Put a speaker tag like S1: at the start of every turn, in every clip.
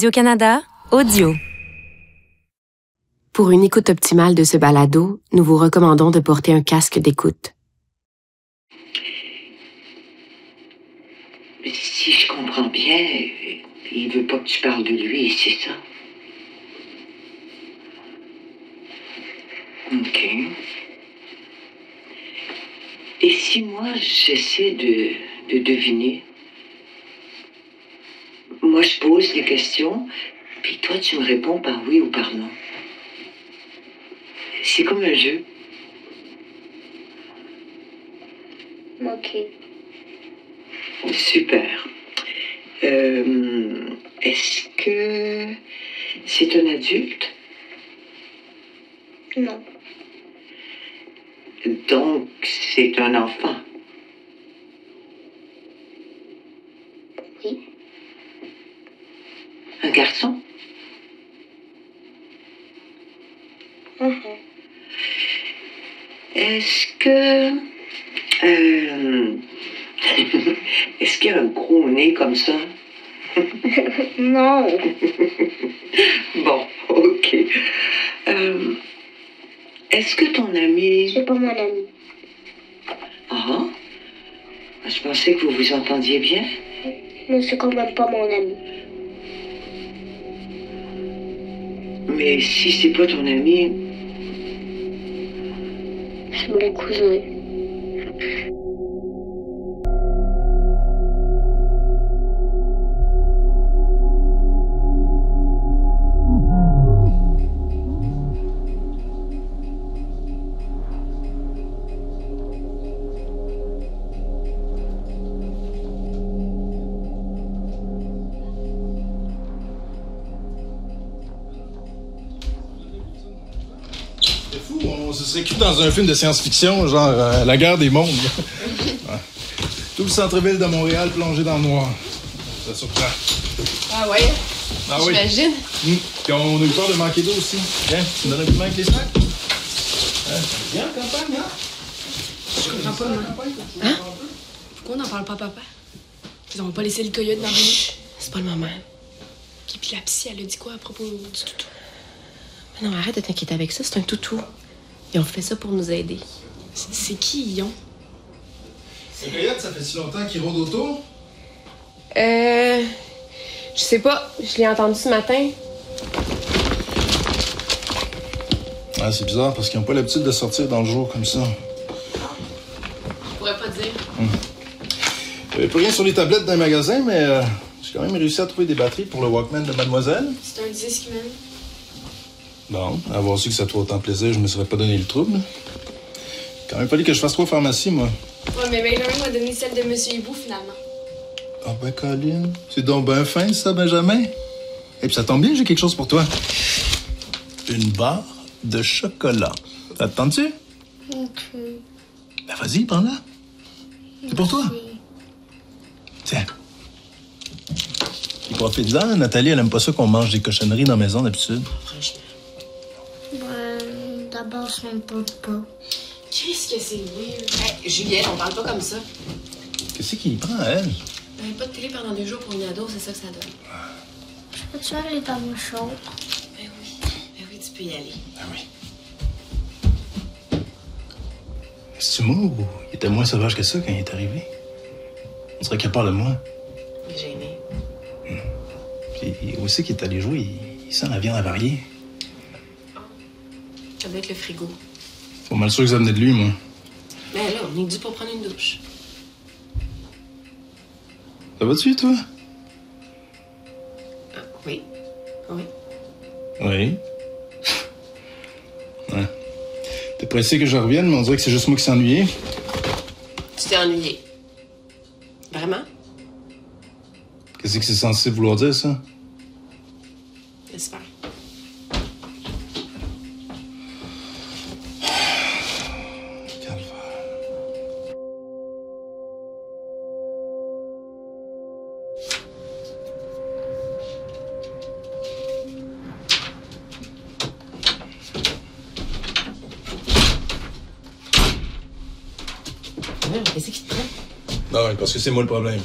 S1: Radio-Canada, audio.
S2: Pour une écoute optimale de ce balado, nous vous recommandons de porter un casque d'écoute.
S3: Mais si je comprends bien, il veut pas que tu parles de lui, c'est ça? Ok. Et si moi j'essaie de, de deviner? Moi je pose des questions, puis toi tu me réponds par oui ou par non. C'est comme un jeu.
S4: Ok.
S3: Super. Euh, Est-ce que c'est un adulte?
S4: Non.
S3: Donc, c'est un enfant.
S4: Oui.
S3: Un garçon?
S4: Mhm.
S3: Est-ce que. euh, Est-ce qu'il y a un gros nez comme ça?
S4: Non.
S3: Bon, ok. Euh, Est-ce que ton ami.
S4: C'est pas mon ami.
S3: Ah, je pensais que vous vous entendiez bien.
S4: Non, c'est quand même pas mon ami.
S3: Mais si c'est pas ton ami,
S4: C'est mon cousin.
S5: C'est fou, on se serait cru dans un film de science-fiction, genre euh, La guerre des mondes. Ouais. Tout le centre-ville de Montréal plongé dans le noir. Ça surprend.
S6: Ah ouais,
S5: Ah oui.
S6: j'imagine.
S5: Hmm. Puis on a eu peur de manquer d'eau aussi. Hein? Tu me donnes un coup de main avec les sacs? Hein? Viens, campagne, hein? Je comprends pas,
S6: Pourquoi on n'en parle pas à papa? Ils n'ont pas laissé le coyote dans le nid.
S7: C'est pas le moment.
S6: Puis, puis la psy, elle a dit quoi à propos du toutou?
S7: Mais non, arrête de t'inquiéter avec ça, c'est un toutou. Ils ont fait ça pour nous aider.
S6: C'est c'est qui, Yon?
S5: Le coyote, ça fait si longtemps qu'il rôde autour.
S7: Euh. Je sais pas, je l'ai entendu ce matin.
S5: Ah, c'est bizarre parce qu'ils n'ont pas l'habitude de sortir dans le jour comme ça. Hmm.
S6: Je pourrais pas dire.
S5: Il n'y plus rien sur les tablettes d'un magasin, mais euh, j'ai quand même réussi à trouver des batteries pour le Walkman de Mademoiselle.
S6: C'est un disque, même.
S5: Bon, avoir su que ça te fait autant plaisir, je me serais pas donné le trouble. Quand même fallu que je fasse trois pharmacies, moi.
S6: Ouais, mais Benjamin m'a donné celle de Monsieur Hibou, finalement.
S5: Ah ben, Colin, c'est donc ben fin, ça, Benjamin. Et puis ça tombe bien, j'ai quelque chose pour toi. Une barre de chocolat. T'attends-tu? Ben vas-y, prends-la. C'est pour toi. Tiens. Il profite-en, Nathalie, elle aime pas ça qu'on mange des cochonneries dans la maison d'habitude.
S4: D'abord, je ne peux pas.
S6: Qu'est-ce que c'est weird? Hey, Juliette, on parle pas comme ça.
S5: Qu'est-ce qu'il prend, elle?
S7: Ben, pas de télé pendant deux jours pour une ado, c'est ça que ça donne.
S4: Peux-tu aller dans mon chambre?
S7: Ben oui, ben oui, tu peux y aller.
S5: Ah oui. C'est moi ou il était moins sauvage que ça quand il est arrivé? On dirait qu'il parle de moi.
S7: Il est gêné.
S5: Puis aussi qu'il est allé jouer, il, il sent la viande avariée.
S7: Ça doit être le frigo.
S5: Faut mal sûr que ça venait de lui, moi.
S7: Ben là, on est dû pour prendre une douche.
S5: Ça va-tu, toi?
S7: Ah, oui. Oui.
S5: Oui. ouais. T'es pressé que je revienne, mais on dirait que c'est juste moi qui s'ennuyais.
S7: Tu t'es ennuyé. Vraiment?
S5: Qu'est-ce que c'est censé vouloir dire, ça?
S7: J'espère.
S5: Calvaire.
S7: Ouais, Qu'est-ce qui te prend?
S5: Bah Non, parce que c'est moi le problème.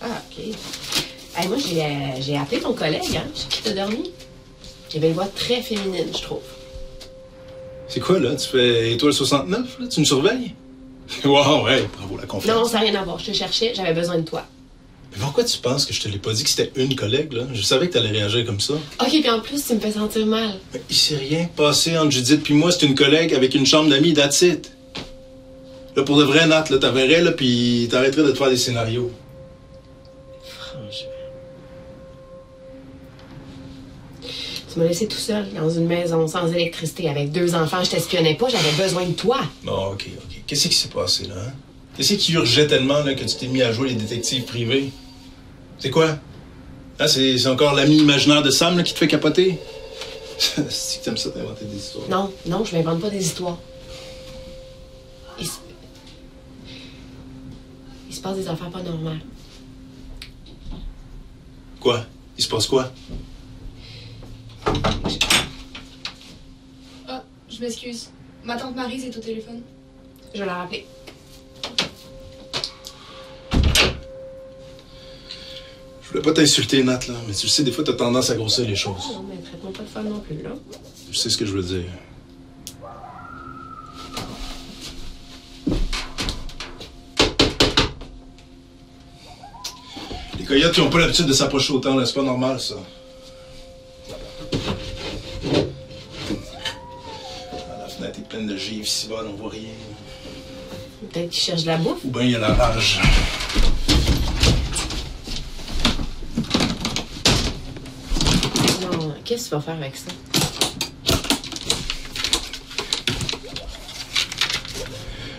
S7: Ah, ok. Hey, moi, j'ai, euh, j'ai appelé ton collègue, hein, chez qui t'as dormi. Il avait une voix très féminine, je trouve.
S5: C'est quoi, là? Tu fais étoile 69, là? Tu me surveilles? Wow, ouais, bravo, la confiance.
S7: Non, ça n'a rien à voir. Je te cherchais, j'avais besoin de toi.
S5: Mais pourquoi tu penses que je te l'ai pas dit que c'était une collègue, là? Je savais que t'allais réagir comme ça.
S7: Ok, puis en plus, tu me fais sentir mal.
S5: Mais il s'est rien passé entre Judith puis moi, c'est une collègue avec une chambre d'amis, that's it. Là, pour de vrai, Nat, là, t'avairais, là, puis t'arrêterais de te faire des scénarios.
S7: Franchement. Tu m'as laissé tout seul, dans une maison, sans électricité, avec deux enfants. Je t'espionnais pas, j'avais besoin de toi.
S5: Bon, Ah, ok, ok. Qu'est-ce qui s'est passé, là? hein? Qu'est-ce qui urgeait tellement, là, que tu t'es mis à jouer les détectives privés? C'est quoi? Ah, c'est c'est encore l'ami imaginaire de Sam, là, qui te fait capoter? c'est que t'aimes ça d'inventer des histoires.
S7: Non, non, je m'invente pas des histoires. Il se... Il se passe des affaires pas normales.
S5: Quoi? Il se passe quoi?
S6: Ah, je m'excuse. Ma tante Marie, est au téléphone.
S7: Je vais la rappeler.
S5: Je voulais pas t'insulter, Nat, là, mais tu le sais, des fois, t'as tendance à grossir les choses.
S7: Non, Oh, mais traite-moi pas de folle non plus, là.
S5: Tu sais ce que je veux dire. Les coyotes, ils ont pas l'habitude de s'approcher autant, là. C'est pas normal, ça. Ah, La fenêtre est pleine de gifs, si bonne, on voit rien.
S7: Peut-être qu'il cherche de la bouffe.
S5: Ou bien il y a la rage.
S7: Non, qu'est-ce que tu vas faire avec ça?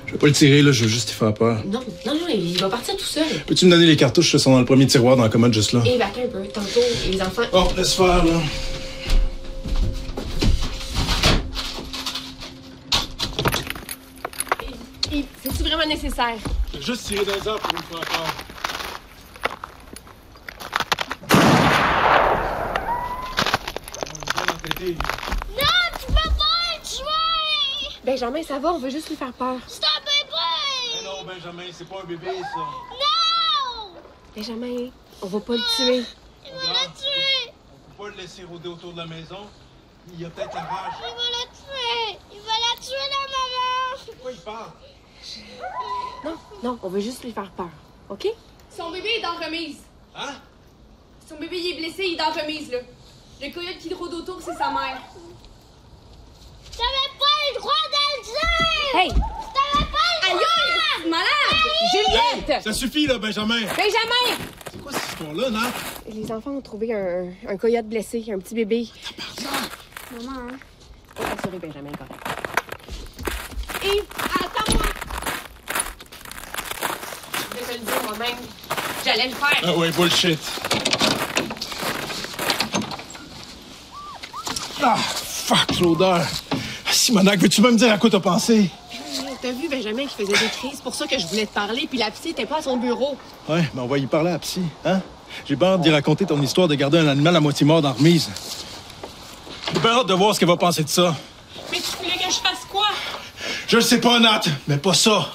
S5: Je vais pas le tirer, là, je veux juste y faire peur.
S7: Non, non, non, il il va partir tout seul.
S5: Peux-tu me donner les cartouches qui sont dans le premier tiroir dans la commode juste là?
S7: Et bah, attends un peu, tantôt, les enfants.
S5: Bon, laisse faire, là.
S6: C'est-tu vraiment nécessaire?
S5: Juste tirer dans les arbres pour une faire peur.
S4: Non, tu peux pas le jouer!
S7: Benjamin, ça va, on veut juste lui faire peur.
S4: C'est un bébé!
S5: Non, Benjamin, c'est pas un bébé, ça.
S4: Non!
S7: Benjamin, on va pas le tuer.
S4: Il va le tuer!
S5: Faut pas le laisser rôder autour de la maison. Il y a peut-être la rage.
S4: Il va le tuer! Il va la tuer, la maman!
S5: Pourquoi il parle?
S7: Non, non, on veut juste lui faire peur. OK?
S8: Son bébé est en remise.
S5: Hein?
S8: Son bébé il est blessé, il est en remise, là. Le coyote qui le rôde autour, c'est sa mère.
S4: T'avais pas le droit de le dire!
S1: Hey!
S4: T'avais pas le
S8: Aïe,
S4: droit!
S8: aïe, malade!
S1: Juliette!
S5: Ça suffit, là, Benjamin!
S1: Benjamin!
S5: C'est quoi cette histoire-là, Nat?
S7: Les enfants ont trouvé un, un coyote blessé, un petit bébé. Maman, hein? rassurer Benjamin, correct.
S8: Yves, attends-moi!
S7: Je vais te le dire moi-même. J'allais le faire.
S5: Ah ouais, bullshit. Ah, fuck, l'odeur. Simonac, veux-tu même dire à quoi t'as pensé?
S7: T'as vu Benjamin qui faisait des crises, c'est pour ça que je voulais te parler, puis la psy était pas à son bureau.
S5: Ouais, mais on va y parler à psy, hein? J'ai bien hâte d'y raconter ton histoire de garder un animal à moitié mort dans la remise. J'ai bien hâte de voir ce qu'elle va penser de ça.
S7: Mais tu voulais que je fasse quoi?
S5: Je le sais pas, Nat, mais pas ça.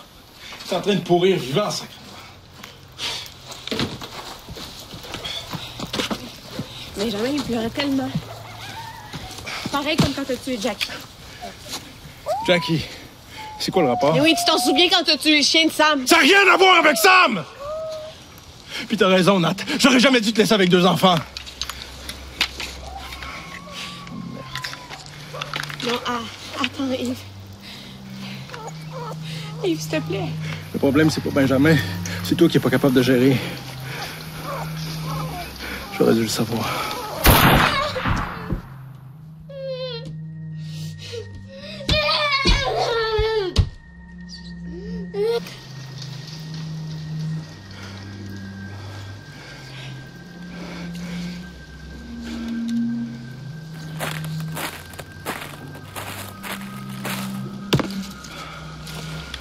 S5: T'es en train de pourrir vivant, ça.
S7: Benjamin, il pleurait tellement. Pareil comme quand t'as tué Jackie.
S5: Jackie, c'est quoi le rapport?
S7: Mais oui, tu t'en souviens quand t'as tué le chien de Sam?
S5: Ça n'a rien à voir avec Sam! Puis t'as raison, Nat. J'aurais jamais dû te laisser avec deux enfants.
S7: Non, ah, attends, Yves. Yves, s'il te plaît.
S5: Le problème, c'est pas Benjamin. C'est toi qui n'es pas capable de gérer. J'aurais dû le savoir.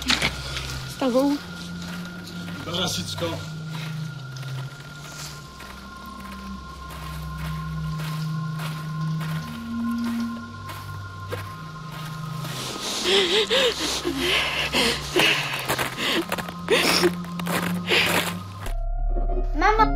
S7: Tu t'en vas où?
S5: Merci, du corps.
S4: Maman!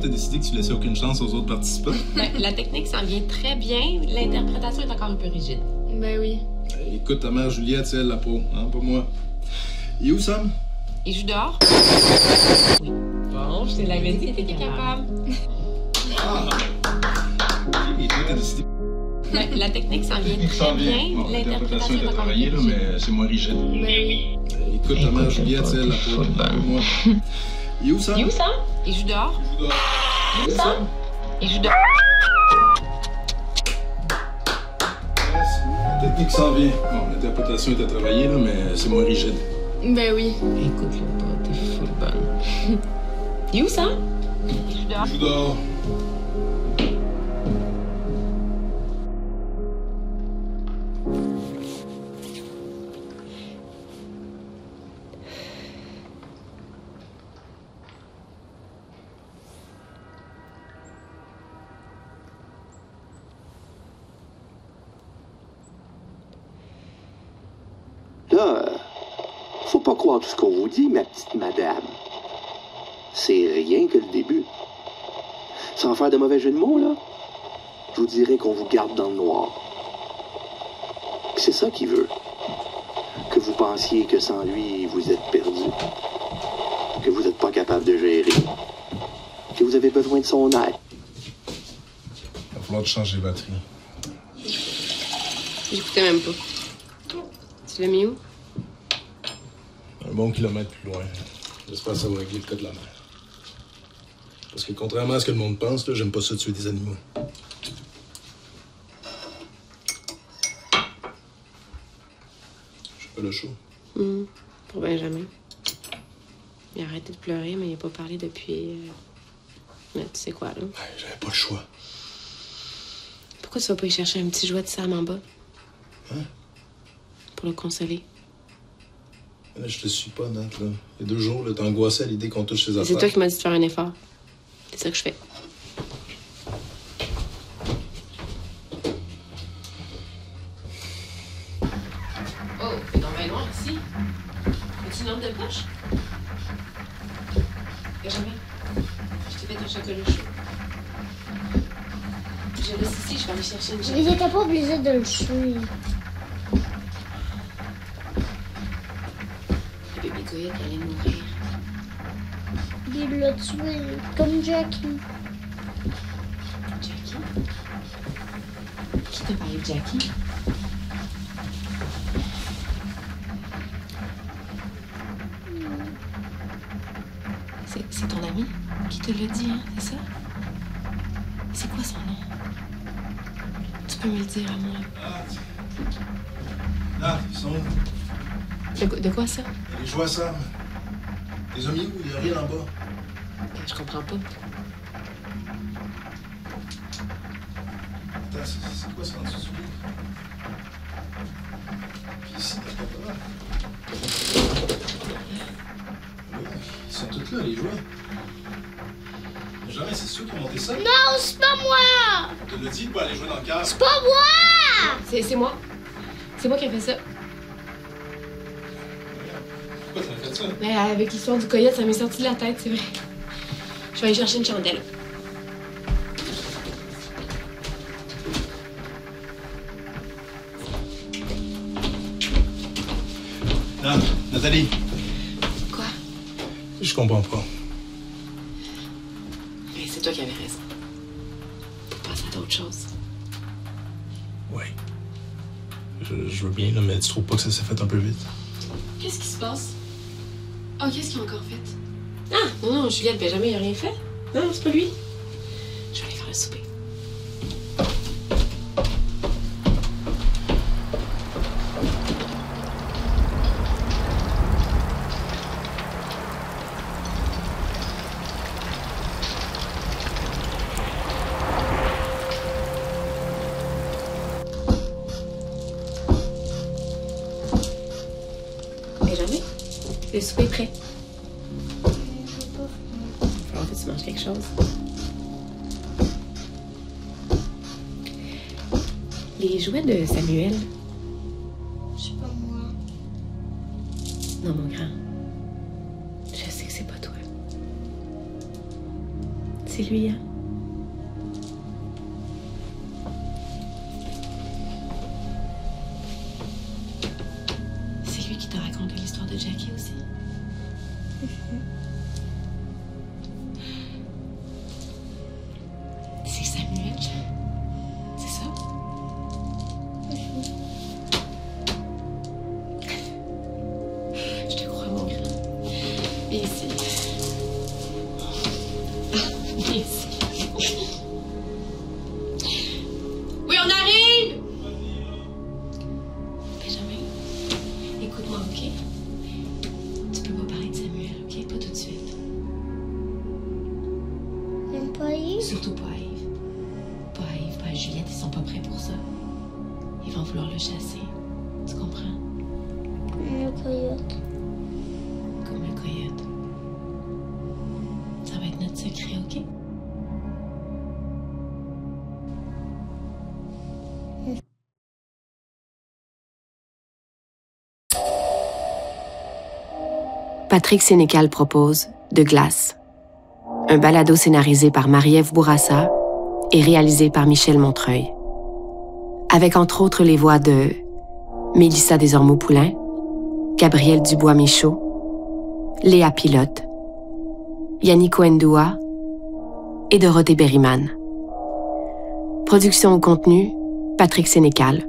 S5: t'as décidé que tu laissais aucune chance aux autres participants?
S7: Ben, la technique s'en vient très bien. L'interprétation est encore un peu rigide.
S6: Ben oui.
S5: Euh, Écoute, ta mère Juliette, c'est elle la pro, hein, pas moi. Et où, Sam?
S7: Il joue dehors? Oui. Bon, je te l'avais dit, t'étais capable.
S5: Ah! Et toi, t'as décidé
S7: Ben, la technique s'en
S5: Ça
S7: vient très
S5: va bien.
S7: bien.
S5: Bon,
S7: L'interprétation est
S5: était
S7: encore un peu
S5: travaillée, là,
S7: rigide.
S5: mais c'est moins rigide.
S6: Ben oui.
S5: Euh, Écoute, ta mère Juliette, c'est elle la pro, hein, pas moi. Et où, Sam?
S7: Il est où, Sam? Il joue dehors?
S5: Et où, Sam?
S7: Il joue dehors?
S5: La technique s'en vient. Bon, l'interprétation était travaillée, là, mais c'est moins rigide.
S6: Ben oui.
S7: Écoute-le pas, t'es full bonne. Il est où, Sam? Il joue dehors?
S5: Je dors.
S9: Là, faut pas croire tout ce qu'on vous dit, ma petite madame. C'est rien que le début. Sans faire de mauvais jeu de mots, là, je vous dirais qu'on vous garde dans le noir. Puis C'est ça qu'il veut. Que vous pensiez que sans lui, vous êtes perdu. Que vous n'êtes pas capable de gérer. Que vous avez besoin de son aide.
S5: Il va falloir te changer les batteries.
S7: J'écoutais même pas. Tu l'as mis où?
S5: Un bon kilomètre plus loin. J'espère que ça va régler le cas de la mer. Parce que contrairement à ce que le monde pense, là, j'aime pas ça tuer des animaux. Je pas le chaud.
S7: Pour Benjamin. Il a arrêté de pleurer, mais il n'a pas parlé depuis. euh, Mais tu sais quoi, là?
S5: Ouais, J'avais pas le choix.
S7: Pourquoi tu vas pas y chercher un petit jouet de Sam en bas? Pour le consoler.
S5: Là, je te suis pas, Nat. Là. Il y a deux jours, là, t'es angoissé à l'idée qu'on touche ses
S7: C'est
S5: affaires.
S7: toi qui m'as dit de faire un effort. C'est ça que je fais. Oh, c'est dans ma noir ici. As-tu une lampe de poche? Jamais. Je t'ai fait un chocolat chaud. Je laisse ici, je vais aller chercher une
S4: Mais j'étais pas obligée de le tuer.
S7: Le bébé Goyette allait mourir.
S4: Il l'a tué, comme Jackie.
S7: Jackie? Qui t'a parlé de Jackie? C'est c'est ton ami qui te le dit, hein, c'est ça? C'est quoi son nom? Tu peux me le dire à moi.
S5: Nat, ils sont où?
S7: De, quoi- de quoi ça?
S5: Allez jouer à Sam. Les amis, où? Il y a rien en bas.
S7: Ben, Je comprends pas.
S5: Attends, c'est- c'est quoi ça en dessous du lit? Puis ici, t'as pas de mal. Oui, Ils sont tous là, les jouets. Jamais, c'est sûr qu'ils ont monté ça.
S4: Non, c'est pas moi!
S5: On te l'a dit de pas aller jouer dans le cave.
S4: C'est pas moi!
S7: C'est c'est moi. C'est moi qui ai fait ça.
S5: Pourquoi t'as fait ça?
S7: Mais avec l'histoire du coyote, ça m'est sorti de la tête, c'est vrai. Je vais aller chercher une chandelle.
S5: Non, Nathalie.
S7: Quoi?
S5: Je comprends pas.
S7: Mais c'est toi qui avais raison. Passe à d'autres choses.
S5: Ouais. Je, je veux bien, là, mais tu trouves pas que ça s'est fait un peu vite?
S6: Qu'est-ce qui se passe? Ah, qu'est-ce qu'il a encore fait?
S7: Ah, non, non, Juliette Benjamin, il a rien fait. Non, c'est pas lui. Je vais aller faire le souper. Benjamin, le souper est prêt. Alors que tu manges quelque chose. Les jouets de Samuel.
S4: C'est pas moi.
S7: Non, mon grand. Je sais que c'est pas toi. C'est lui, hein. C'est lui qui t'a raconté l'histoire de Jackie aussi. C'est Samuel, c'est ça? Je te crois, mon grand. Viens ici. Viens ici.
S8: Oui, on arrive!
S7: Benjamin, écoute-moi, ok? Tu peux pas parler de Samuel, ok? Pas tout de suite.
S4: Même pas Yves.
S7: Surtout pas à Yves. Pas à Yves, pas à Juliette, ils sont pas prêts pour ça. Ils vont vouloir le chasser. Tu comprends?
S4: Le coyote.
S7: Comme le coyote. Ça va être notre secret, ok?
S2: Patrick Sénécal propose De glace, un balado scénarisé par Marie-Ève Bourassa et réalisé par Michel Montreuil. Avec entre autres les voix de Mélissa Desormeaux-Poulain, Gabriel Dubois-Michaud, Léa Pilote, Yannick Wendoua et Dorothée Berryman. Production au contenu, Patrick Sénécal.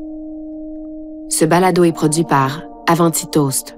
S2: Ce balado est produit par Avanti Toast